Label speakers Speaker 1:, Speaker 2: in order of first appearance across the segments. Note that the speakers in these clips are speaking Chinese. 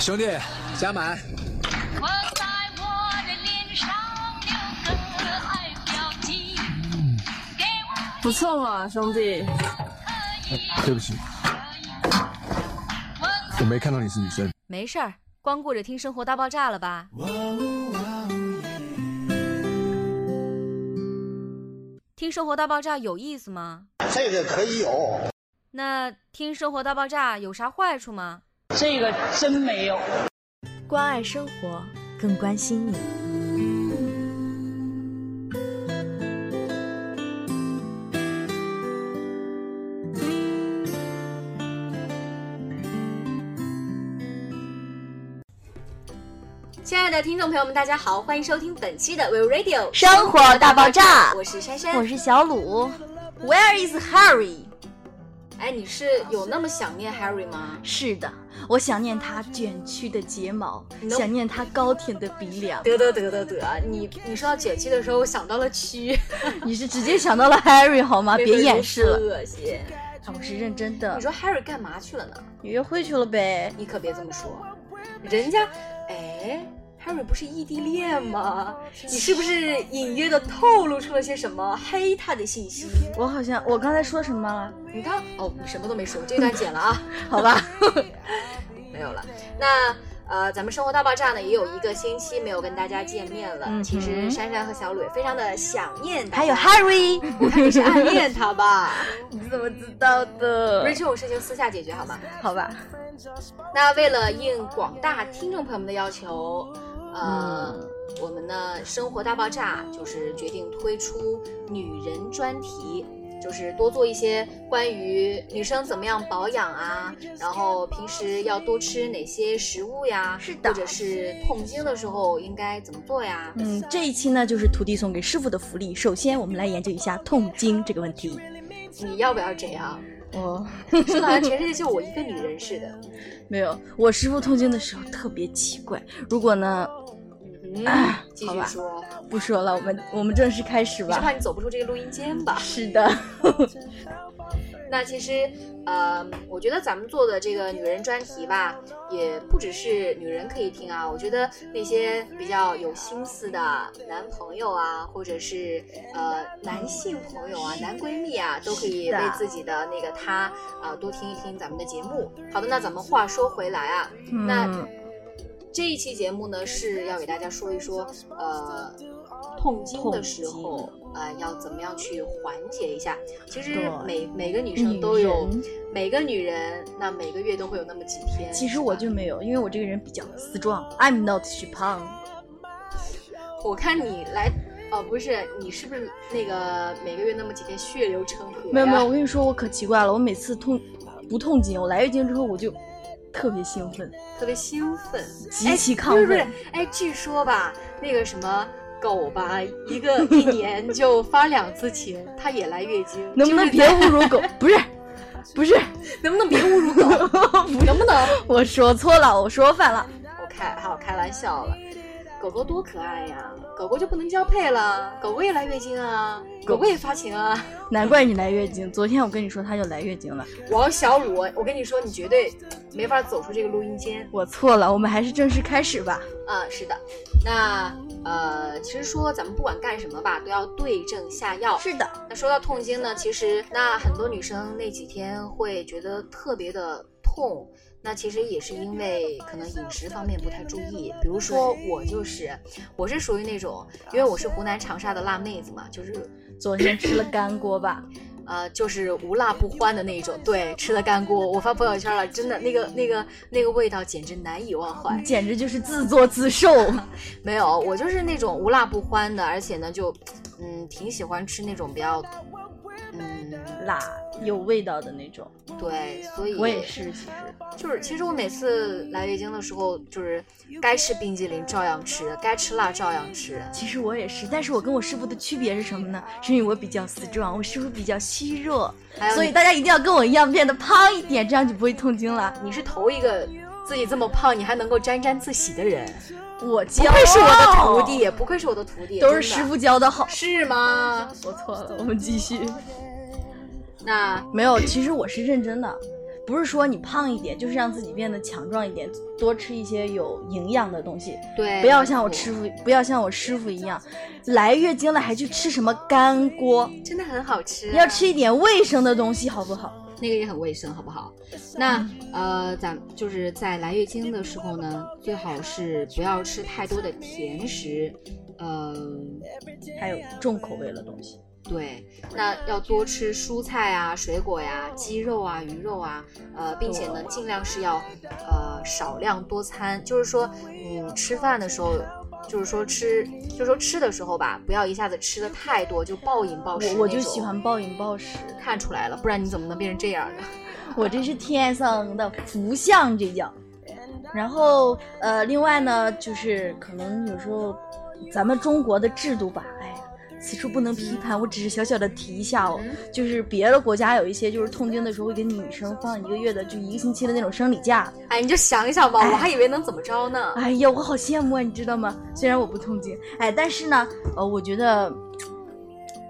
Speaker 1: 兄弟，加满。
Speaker 2: 我在我的脸上留个爱标记，给我
Speaker 3: 不错嘛，兄弟，
Speaker 2: 可以
Speaker 4: 对不起，
Speaker 2: 可以，我
Speaker 4: 我没看到你是女生。
Speaker 5: 没事儿，光顾着听《生活大爆炸》了吧？听《生活大爆炸》有意思吗？
Speaker 6: 这个可以有，
Speaker 5: 那听《生活大爆炸》有啥坏处吗？
Speaker 7: 这个真没有。
Speaker 8: 关爱生活，更关心你。
Speaker 9: 亲爱的听众朋友们，大家好，欢迎收听本期的 We Radio
Speaker 8: 生活大爆炸
Speaker 9: 我是珊珊，
Speaker 8: 我是小鲁，
Speaker 9: Where is Harry？哎，你是有那么想念 Harry 吗？
Speaker 8: 是的，我想念他卷曲的睫毛，
Speaker 9: No
Speaker 8: 想念他高挺的鼻梁。
Speaker 9: 得得得得得，你你说到卷气的时候，我想到了蛆，
Speaker 8: 你是直接想到了 Harry 好吗？啊别掩饰了，
Speaker 9: 恶心。
Speaker 8: 啊我是认真的
Speaker 9: 你。说 Harry 干嘛去了呢？
Speaker 8: 约会去了呗？
Speaker 9: 你可别这么说，人家，哎，Harry 不是异地恋吗？你是不是隐约的透露出了些什么黑他的信息？
Speaker 8: 我好像我刚才说什么了？
Speaker 9: 你看，哦，你什么都没说，这段剪了啊，
Speaker 8: 好吧，
Speaker 9: 没有了。那呃，咱们生活大爆炸呢，也有一个星期没有跟大家见面了。
Speaker 8: 嗯哼
Speaker 9: 其实珊珊和小鲁也非常的想念大
Speaker 8: 还有
Speaker 9: 家，
Speaker 8: Harry，
Speaker 9: 我看你是暗恋他吧？
Speaker 8: 你怎么知道
Speaker 9: 不
Speaker 8: 的
Speaker 9: 是？这种事情私下解决好吗？
Speaker 8: 好吧，
Speaker 9: 那为了应广大听众朋友们的要求，呃，
Speaker 8: 嗯
Speaker 9: 我们呢《生活大爆炸》就是决定推出女人专题，就是多做一些关于女生怎么样保养啊，然后平时要多吃哪些食物呀，
Speaker 8: 是的
Speaker 9: 或者是痛经的时候应该怎么做呀？
Speaker 8: 嗯，这一期呢就是徒弟送给师傅的福利。首先，我们来研究一下痛经这个问题。
Speaker 9: 你要不要这样？
Speaker 8: 哦，
Speaker 9: 说的好像全世界就我一个女人似的。
Speaker 8: 没有，我师傅痛经的时候特别奇怪。如果呢，
Speaker 9: 嗯，
Speaker 8: 啊
Speaker 9: 继续说，
Speaker 8: 不说了，我们我们正式开始
Speaker 9: 你是
Speaker 8: 吧。
Speaker 9: 怕你走不出这个录音间吧？
Speaker 8: 是的，
Speaker 9: 那其实，呃，我觉得咱们做的这个女人专题吧，也不只是女人可以听啊。我觉得那些比较有心思的男朋友啊，或者是呃男性朋友啊、男闺蜜啊，都可以
Speaker 8: 是的
Speaker 9: 为自己的那个他啊、多听一听咱们的节目。好的，那咱们话说回来啊，那
Speaker 8: 嗯
Speaker 9: 这一期节目呢是要给大家说一说，呃，痛经的时候
Speaker 8: 痛，
Speaker 9: 呃，要怎么样去缓解一下。其实
Speaker 8: 对
Speaker 9: 每每个女生都有
Speaker 8: 女人，
Speaker 9: 每个女人那每个月都会有那么几天。
Speaker 8: 其
Speaker 9: 是
Speaker 8: 实
Speaker 9: 吧
Speaker 8: 我就没有，因为我这个人比较死壮，I'm not 许胖。
Speaker 9: 我看你来，哦，不是，你是不是那个每个月那么几天血流成河呀？
Speaker 8: 没有没有，我跟你说，我可奇怪了，我每次痛不痛经，我来月经之后我就特别兴奋，
Speaker 9: 特别兴奋，
Speaker 8: 极其
Speaker 9: 哎
Speaker 8: 亢
Speaker 9: 不是不是
Speaker 8: 奋，
Speaker 9: 哎，据说吧，那个什么。狗吧，一个一年就发两次情，它也来月经，
Speaker 8: 能不能
Speaker 9: 就是
Speaker 8: 别
Speaker 9: 在
Speaker 8: 侮辱 狗？不是，不 是，
Speaker 9: 能不能别侮辱狗？ 能不能？
Speaker 8: 我说错了，我说反了。
Speaker 9: 我开好开玩笑了，狗狗多可爱呀！狗狗就不能交配了，狗狗也来月经啊，狗狗也发情啊。
Speaker 8: 难怪你来月经。昨天我跟你说她就来月经了，
Speaker 9: 王小鲁，我跟你说，你绝对没法走出这个录音间
Speaker 8: 我错了。我们还是正式开始吧。
Speaker 9: 啊、是的，那呃，其实说咱们不管干什么吧，都要对症下药。
Speaker 8: 是的，
Speaker 9: 那说到痛经呢，其实那很多女生那几天会觉得特别的痛，那其实也是因为可能饮食方面不太注意。比如说我就是，我是属于那种，因为我是湖南长沙的辣妹子嘛，就是
Speaker 8: 昨天吃了干锅吧？
Speaker 9: 呃，就是无辣不欢的那种。对，吃了干锅，我发朋友圈了，真的那个那个那个味道简直难以忘怀
Speaker 8: 你。简直就是自作自受。
Speaker 9: 没有，我就是那种无辣不欢的，而且呢，就嗯挺喜欢吃那种比较嗯
Speaker 8: 辣有味道的那种，
Speaker 9: 对，所以
Speaker 8: 我也是，其实
Speaker 9: 就是，其实我每次来月经的时候，就是该吃冰激凌照样吃，该吃辣照样吃。
Speaker 8: 其实我也是，但是我跟我师傅的区别是什么呢？是因为我比较死壮，我师傅比较虚弱，
Speaker 9: 还有你，
Speaker 8: 所以大家一定要跟我一样变得胖一点，这样就不会痛经了。
Speaker 9: 你是头一个自己这么胖，你还能够沾沾自喜的人，
Speaker 8: 我
Speaker 9: 不
Speaker 8: 教
Speaker 9: 愧是我的徒，弟，不愧是我的徒弟，
Speaker 8: 都是
Speaker 9: 真的
Speaker 8: 师，傅教的好。
Speaker 9: 是吗？
Speaker 8: 我错了，我们继续。
Speaker 9: 那
Speaker 8: 没有，其实我是认真的。不是说你胖一点，就是让自己变得强壮一点，多吃一些有营养的东西，
Speaker 9: 对，
Speaker 8: 不要像我
Speaker 9: 哎没错
Speaker 8: 师傅，不要像我师傅一样，来月经了还去吃什么干锅，
Speaker 9: 真的很好吃、啊
Speaker 8: 要吃一点卫生的东西，好不好？
Speaker 9: 那个也很卫生，好不好？那
Speaker 8: 嗯
Speaker 9: 呃，咱就是在来月经的时候呢，最好是不要吃太多的甜食，呃，
Speaker 8: 还有重口味的东西，
Speaker 9: 对，那要多吃蔬菜啊、水果呀、鸡肉啊、鱼肉啊，呃，并且呢，尽量是要呃少量多餐，就是说，嗯，吃饭的时候。就是说吃，就是说吃的时候吧，不要一下子吃的太多，就暴饮暴食
Speaker 8: 我我就
Speaker 9: 那种
Speaker 8: 喜欢暴饮暴食，
Speaker 9: 看出来了，不然你怎么能变成这样呢？
Speaker 8: 我这是天生的福相，这叫。然后呃，另外呢，就是可能有时候咱们中国的制度吧，哎呀，此处不能批判，我只是小小的提一下哦。就是别的国家有一些，就是痛经的时候会给女生放一个月的，就一个星期的那种生理假。
Speaker 9: 哎，你就想一想吧，
Speaker 8: 哎
Speaker 9: 我还以为能怎么着呢。
Speaker 8: 哎呀，我好羡慕啊，你知道吗？虽然我不痛经，哎，但是呢，呃，我觉得，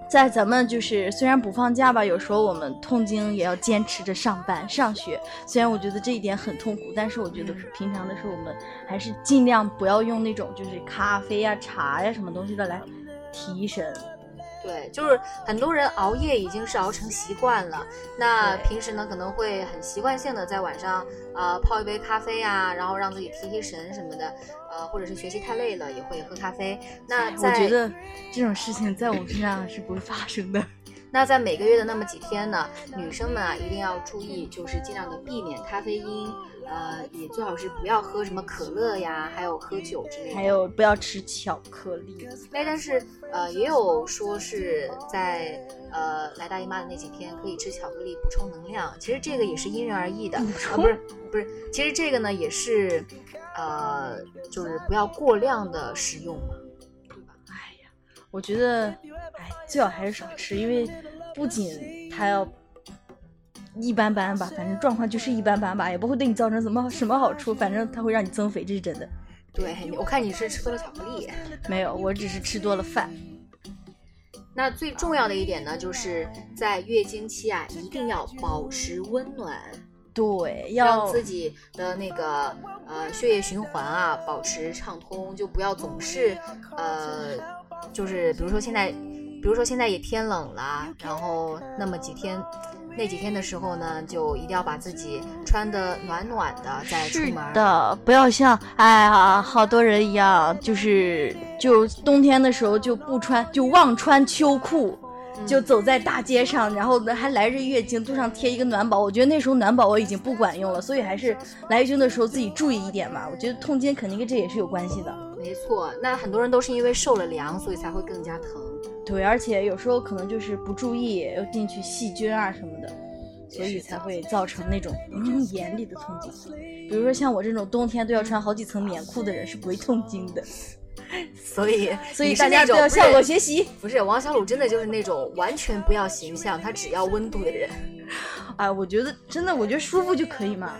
Speaker 8: 在咱们就是虽然不放假吧，有时候我们痛经也要坚持着上班上学。虽然我觉得这一点很痛苦，但是我觉得
Speaker 9: 嗯
Speaker 8: 平常的时候我们还是尽量不要用那种就是咖啡呀、茶呀、什么东西的来提神。
Speaker 9: 对，就是很多人熬夜已经是熬成习惯了。那
Speaker 8: 对
Speaker 9: 平时呢，可能会很习惯性的在晚上呃泡一杯咖啡啊，然后让自己提提神什么的，呃，或者是学习太累了也会喝咖啡。那
Speaker 8: 哎我
Speaker 9: 在
Speaker 8: 觉得这种事情在我们身上是不会发生的。
Speaker 9: 那在每个月的那么几天呢，女生们啊一定要注意，就是尽量的避免咖啡因，呃，也最好是不要喝什么可乐呀，还有喝酒之类的。
Speaker 8: 还有不要吃巧克力。
Speaker 9: 哎，但是呃，也有说是在呃来大姨妈的那几天可以吃巧克力补充能量，其实这个也是因人而异的，啊、不是不是，其实这个呢也是呃，就是不要过量的食用嘛。
Speaker 8: 我觉得，哎，最好还是少吃，因为不仅它要一般般吧，反正状况就是一般般吧，也不会对你造成什么什么好处，反正它会让你增肥，这是真的。
Speaker 9: 对，你我看你是吃多了巧克力。
Speaker 8: 没有，我只是吃多了饭。
Speaker 9: 那最重要的一点呢，就是在月经期啊，一定要保持温暖，
Speaker 8: 对，
Speaker 9: 让
Speaker 8: 要
Speaker 9: 自己的那个呃血液循环啊保持畅通，就不要总是呃，就是比如说现在，比如说现在也天冷啦，然后那么几天。那几天的时候呢，就一定要把自己穿的暖暖的再出
Speaker 8: 是
Speaker 9: 门。，
Speaker 8: 的，不要像哎呀好多人一样，就是就冬天的时候就不穿，就忘穿秋裤。
Speaker 9: 嗯
Speaker 8: 就走在大街上，然后呢还来日月经，肚上贴一个暖宝。我觉得那时候暖宝我已经不管用了，所以还是来月经的时候自己注意一点吧。我觉得痛经肯定跟这也是有关系的。
Speaker 9: 没错。那很多人都是因为受了凉，所以才会更加疼。
Speaker 8: 对，而且有时候可能就是不注意又进去细菌啊什么的，所以才会造成那种嗯严厉的痛经。比如说像我这种冬天都要穿好几层棉裤的人是不会痛经的，
Speaker 9: 所以，
Speaker 8: 所以
Speaker 9: 你是
Speaker 8: 大家
Speaker 9: 那
Speaker 8: 都
Speaker 9: 种
Speaker 8: 要
Speaker 9: 不是
Speaker 8: 向我学习。
Speaker 9: 不是王小鲁真的就是那种完全不要形象，他只要温度的人。
Speaker 8: 哎，我觉得真的，我觉得舒服就可以嘛，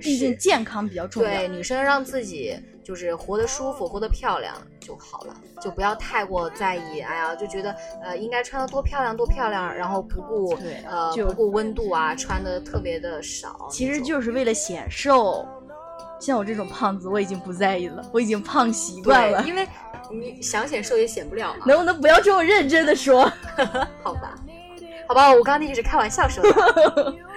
Speaker 8: 毕竟健康比较重要。
Speaker 9: 对女生让自己就是活得舒服、活得漂亮就好了，就不要太过在意。哎呀，就觉得呃应该穿得多漂亮多漂亮，然后不顾
Speaker 8: 对
Speaker 9: 呃
Speaker 8: 就
Speaker 9: 不顾温度啊，穿的特别的少。
Speaker 8: 其实
Speaker 9: 那种
Speaker 8: 就是为了显瘦。像我这种胖子，我已经不在意了，我已经胖习惯了
Speaker 9: 对，。因为你想显瘦也显不了啊，
Speaker 8: 能不能不要这么认真的说？
Speaker 9: 好吧？好吧，我刚刚那个是开玩笑说的。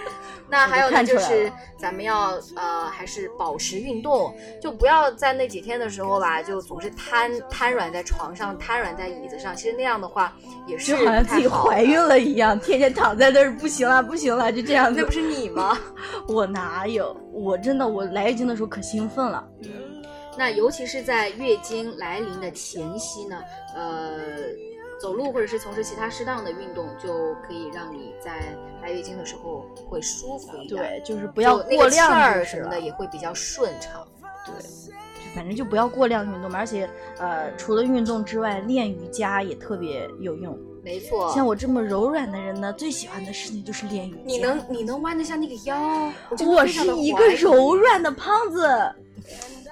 Speaker 9: 那还有呢，
Speaker 8: 看出
Speaker 9: 就
Speaker 8: 来
Speaker 9: 是
Speaker 8: 了
Speaker 9: 咱们要呃，还是保持运动，就不要在那几天的时候吧，就总是瘫瘫软在床上，瘫软在椅子上。其实那样的话也是
Speaker 8: 就好像
Speaker 9: 不太
Speaker 8: 自己
Speaker 9: 好的
Speaker 8: 怀孕了一样，天天躺在那儿，不行了，不行了，就这样
Speaker 9: 那
Speaker 8: 子
Speaker 9: 不。是你吗？
Speaker 8: 我哪有？我真的，我来月经的时候可兴奋了。
Speaker 9: 那尤其是在月经来临的前夕呢，呃，走路或者是从事其他适当的运动，就可以让你在来月经的时候会舒服一点。
Speaker 8: 对，就是
Speaker 9: 不
Speaker 8: 不要过量
Speaker 9: 儿
Speaker 8: 就是
Speaker 9: 什么
Speaker 8: 了
Speaker 9: 的也会比较顺畅。
Speaker 8: 反正就不要过量运动嘛。而且，呃，除了运动之外，练瑜伽也特别有用。
Speaker 9: 没错，
Speaker 8: 像我这么柔软的人呢，最喜欢的事情就是练瑜伽。
Speaker 9: 你能你能弯得下那个腰，我真的
Speaker 8: 我
Speaker 9: 非常
Speaker 8: 是
Speaker 9: 地
Speaker 8: 一
Speaker 9: 怀
Speaker 8: 个
Speaker 9: 疑
Speaker 8: 柔，软的胖子，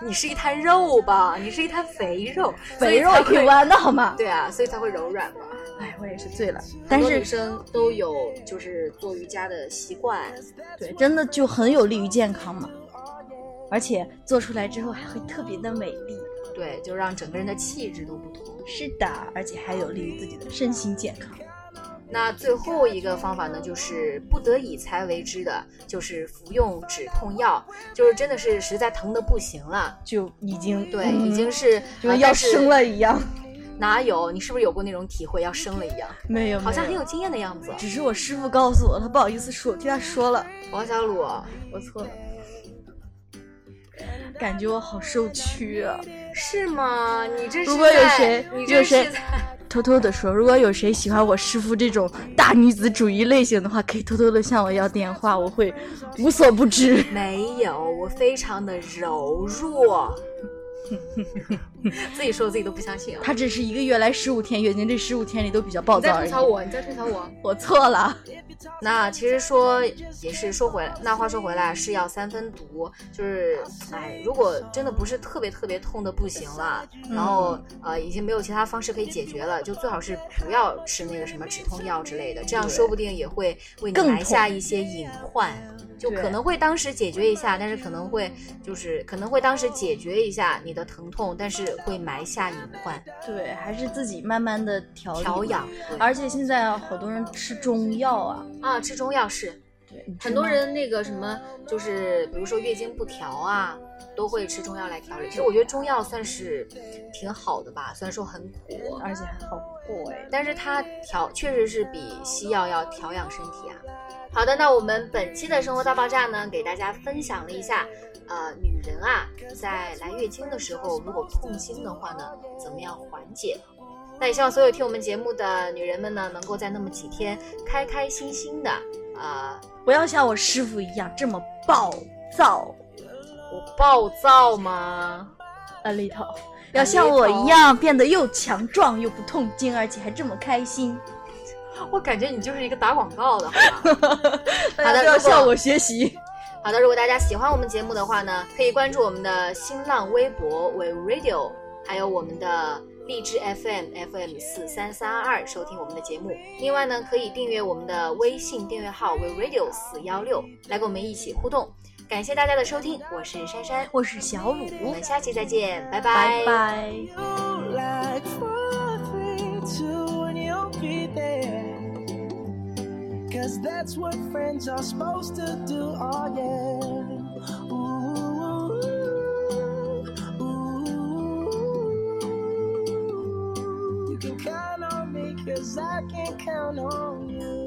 Speaker 9: 你是一滩肉吧？你是一滩肥肉，所
Speaker 8: 肥
Speaker 9: 以
Speaker 8: 肉
Speaker 9: 才
Speaker 8: 可以
Speaker 9: 会
Speaker 8: 弯的好吗？
Speaker 9: 对啊，所以才会柔软嘛。
Speaker 8: 哎，我也是醉了，
Speaker 9: 很
Speaker 8: 但
Speaker 9: 多
Speaker 8: 是
Speaker 9: 女生都有就是做瑜伽的习惯，
Speaker 8: 对，真的就很有利于健康嘛，而且做出来之后还会特别的美丽。
Speaker 9: 对，就让整个人的气质都不同。
Speaker 8: 是的，而且还有利于自己的身心健康。
Speaker 9: 那最后一个方法呢，就是不得已才为之的，就是服用止痛药，就是真的是实在疼的不行了，
Speaker 8: 就已经
Speaker 9: 对，
Speaker 8: 嗯
Speaker 9: 已经是
Speaker 8: 就
Speaker 9: 呃
Speaker 8: 跟要
Speaker 9: 但是
Speaker 8: 生了一样，
Speaker 9: 哪有？你是不是有过那种体会，要生了一样，
Speaker 8: 没有，
Speaker 9: 好像
Speaker 8: 没
Speaker 9: 很有经验的样子。
Speaker 8: 只是我师傅告诉我，他不好意思说，我替他说了，
Speaker 9: 王小鲁，
Speaker 8: 我错了，感觉我好受屈啊。
Speaker 9: 是吗？你这是
Speaker 8: 如果有
Speaker 9: 在
Speaker 8: 谁
Speaker 9: 你这
Speaker 8: 有谁
Speaker 9: 是在
Speaker 8: 偷偷的说，如果有谁喜欢我师傅这种大女子主义类型的话，可以偷偷的向我要电话，我会无所不知。
Speaker 9: 没有，我非常的柔 弱。自己说自己都不相信啊！
Speaker 8: 她只是一个月来十五天月经，这十五天里都比较暴
Speaker 9: 你在
Speaker 8: 躁而
Speaker 9: 吐
Speaker 8: 已。
Speaker 9: 槽我，你在吐槽我。
Speaker 8: 我错了，
Speaker 9: 那其实说也是说回来，那话说回来，是药三分毒，就是哎，如果真的不是特别特别痛的不行了，然后
Speaker 8: 嗯
Speaker 9: 呃已经没有其他方式可以解决了，就最好是不要吃那个什么止痛药之类的，这样说不定也会为你
Speaker 8: 更
Speaker 9: 埋
Speaker 8: 痛
Speaker 9: 下一些隐患。就可
Speaker 8: 对
Speaker 9: 能会当时解决一下，但是可能会就是可能会当时解决一下你的疼痛，但是会埋下隐患。
Speaker 8: 对，还是自己慢慢的调理
Speaker 9: 调养，对
Speaker 8: 而且现在啊好多人吃中药啊，
Speaker 9: 啊，吃中药是
Speaker 8: 对，
Speaker 9: 很多人那个什么，就是比如说月经不调啊，都会吃中药来调理。其实我觉得中药算是挺好的吧，虽然说很苦，
Speaker 8: 而且还好哎贵。
Speaker 9: 但是它调确实是比西药要调养身体啊。好的，那我们本期的生活大爆炸呢，给大家分享了一下，呃，女人啊，在来月经的时候，如果痛经的话呢，怎么样缓解？那也希望所有听我们节目的女人们呢，能够在那么几天开开心心的，啊、
Speaker 8: 不要像我师傅一样这么暴躁
Speaker 9: 我暴躁吗？
Speaker 8: ，a
Speaker 9: 啊
Speaker 8: little，要像我一样变得又强壮又不痛经，而且还这么开心。
Speaker 9: 我感觉你就是一个打广告的， 好吧？
Speaker 8: 大家
Speaker 9: 的
Speaker 8: 都要
Speaker 9: 如果
Speaker 8: 向我学习。
Speaker 9: 好的，如果大家喜欢我们节目的话呢，可以关注我们的新浪微博 We Radio，还有我们的荔枝 FM FM 四三三二收听我们的节目。另外呢，可以订阅我们的微信订阅号 We Radio 四幺六，来跟我们一起互动。感谢大家的收听，我是珊珊，
Speaker 8: 我是小五，
Speaker 9: 我们下期再见，
Speaker 8: 拜拜。
Speaker 1: like four, three, two, and you'll be there. Cause that's what friends are supposed to do, oh yeah. Ooh, ooh. You can count on me, cause I can count on you.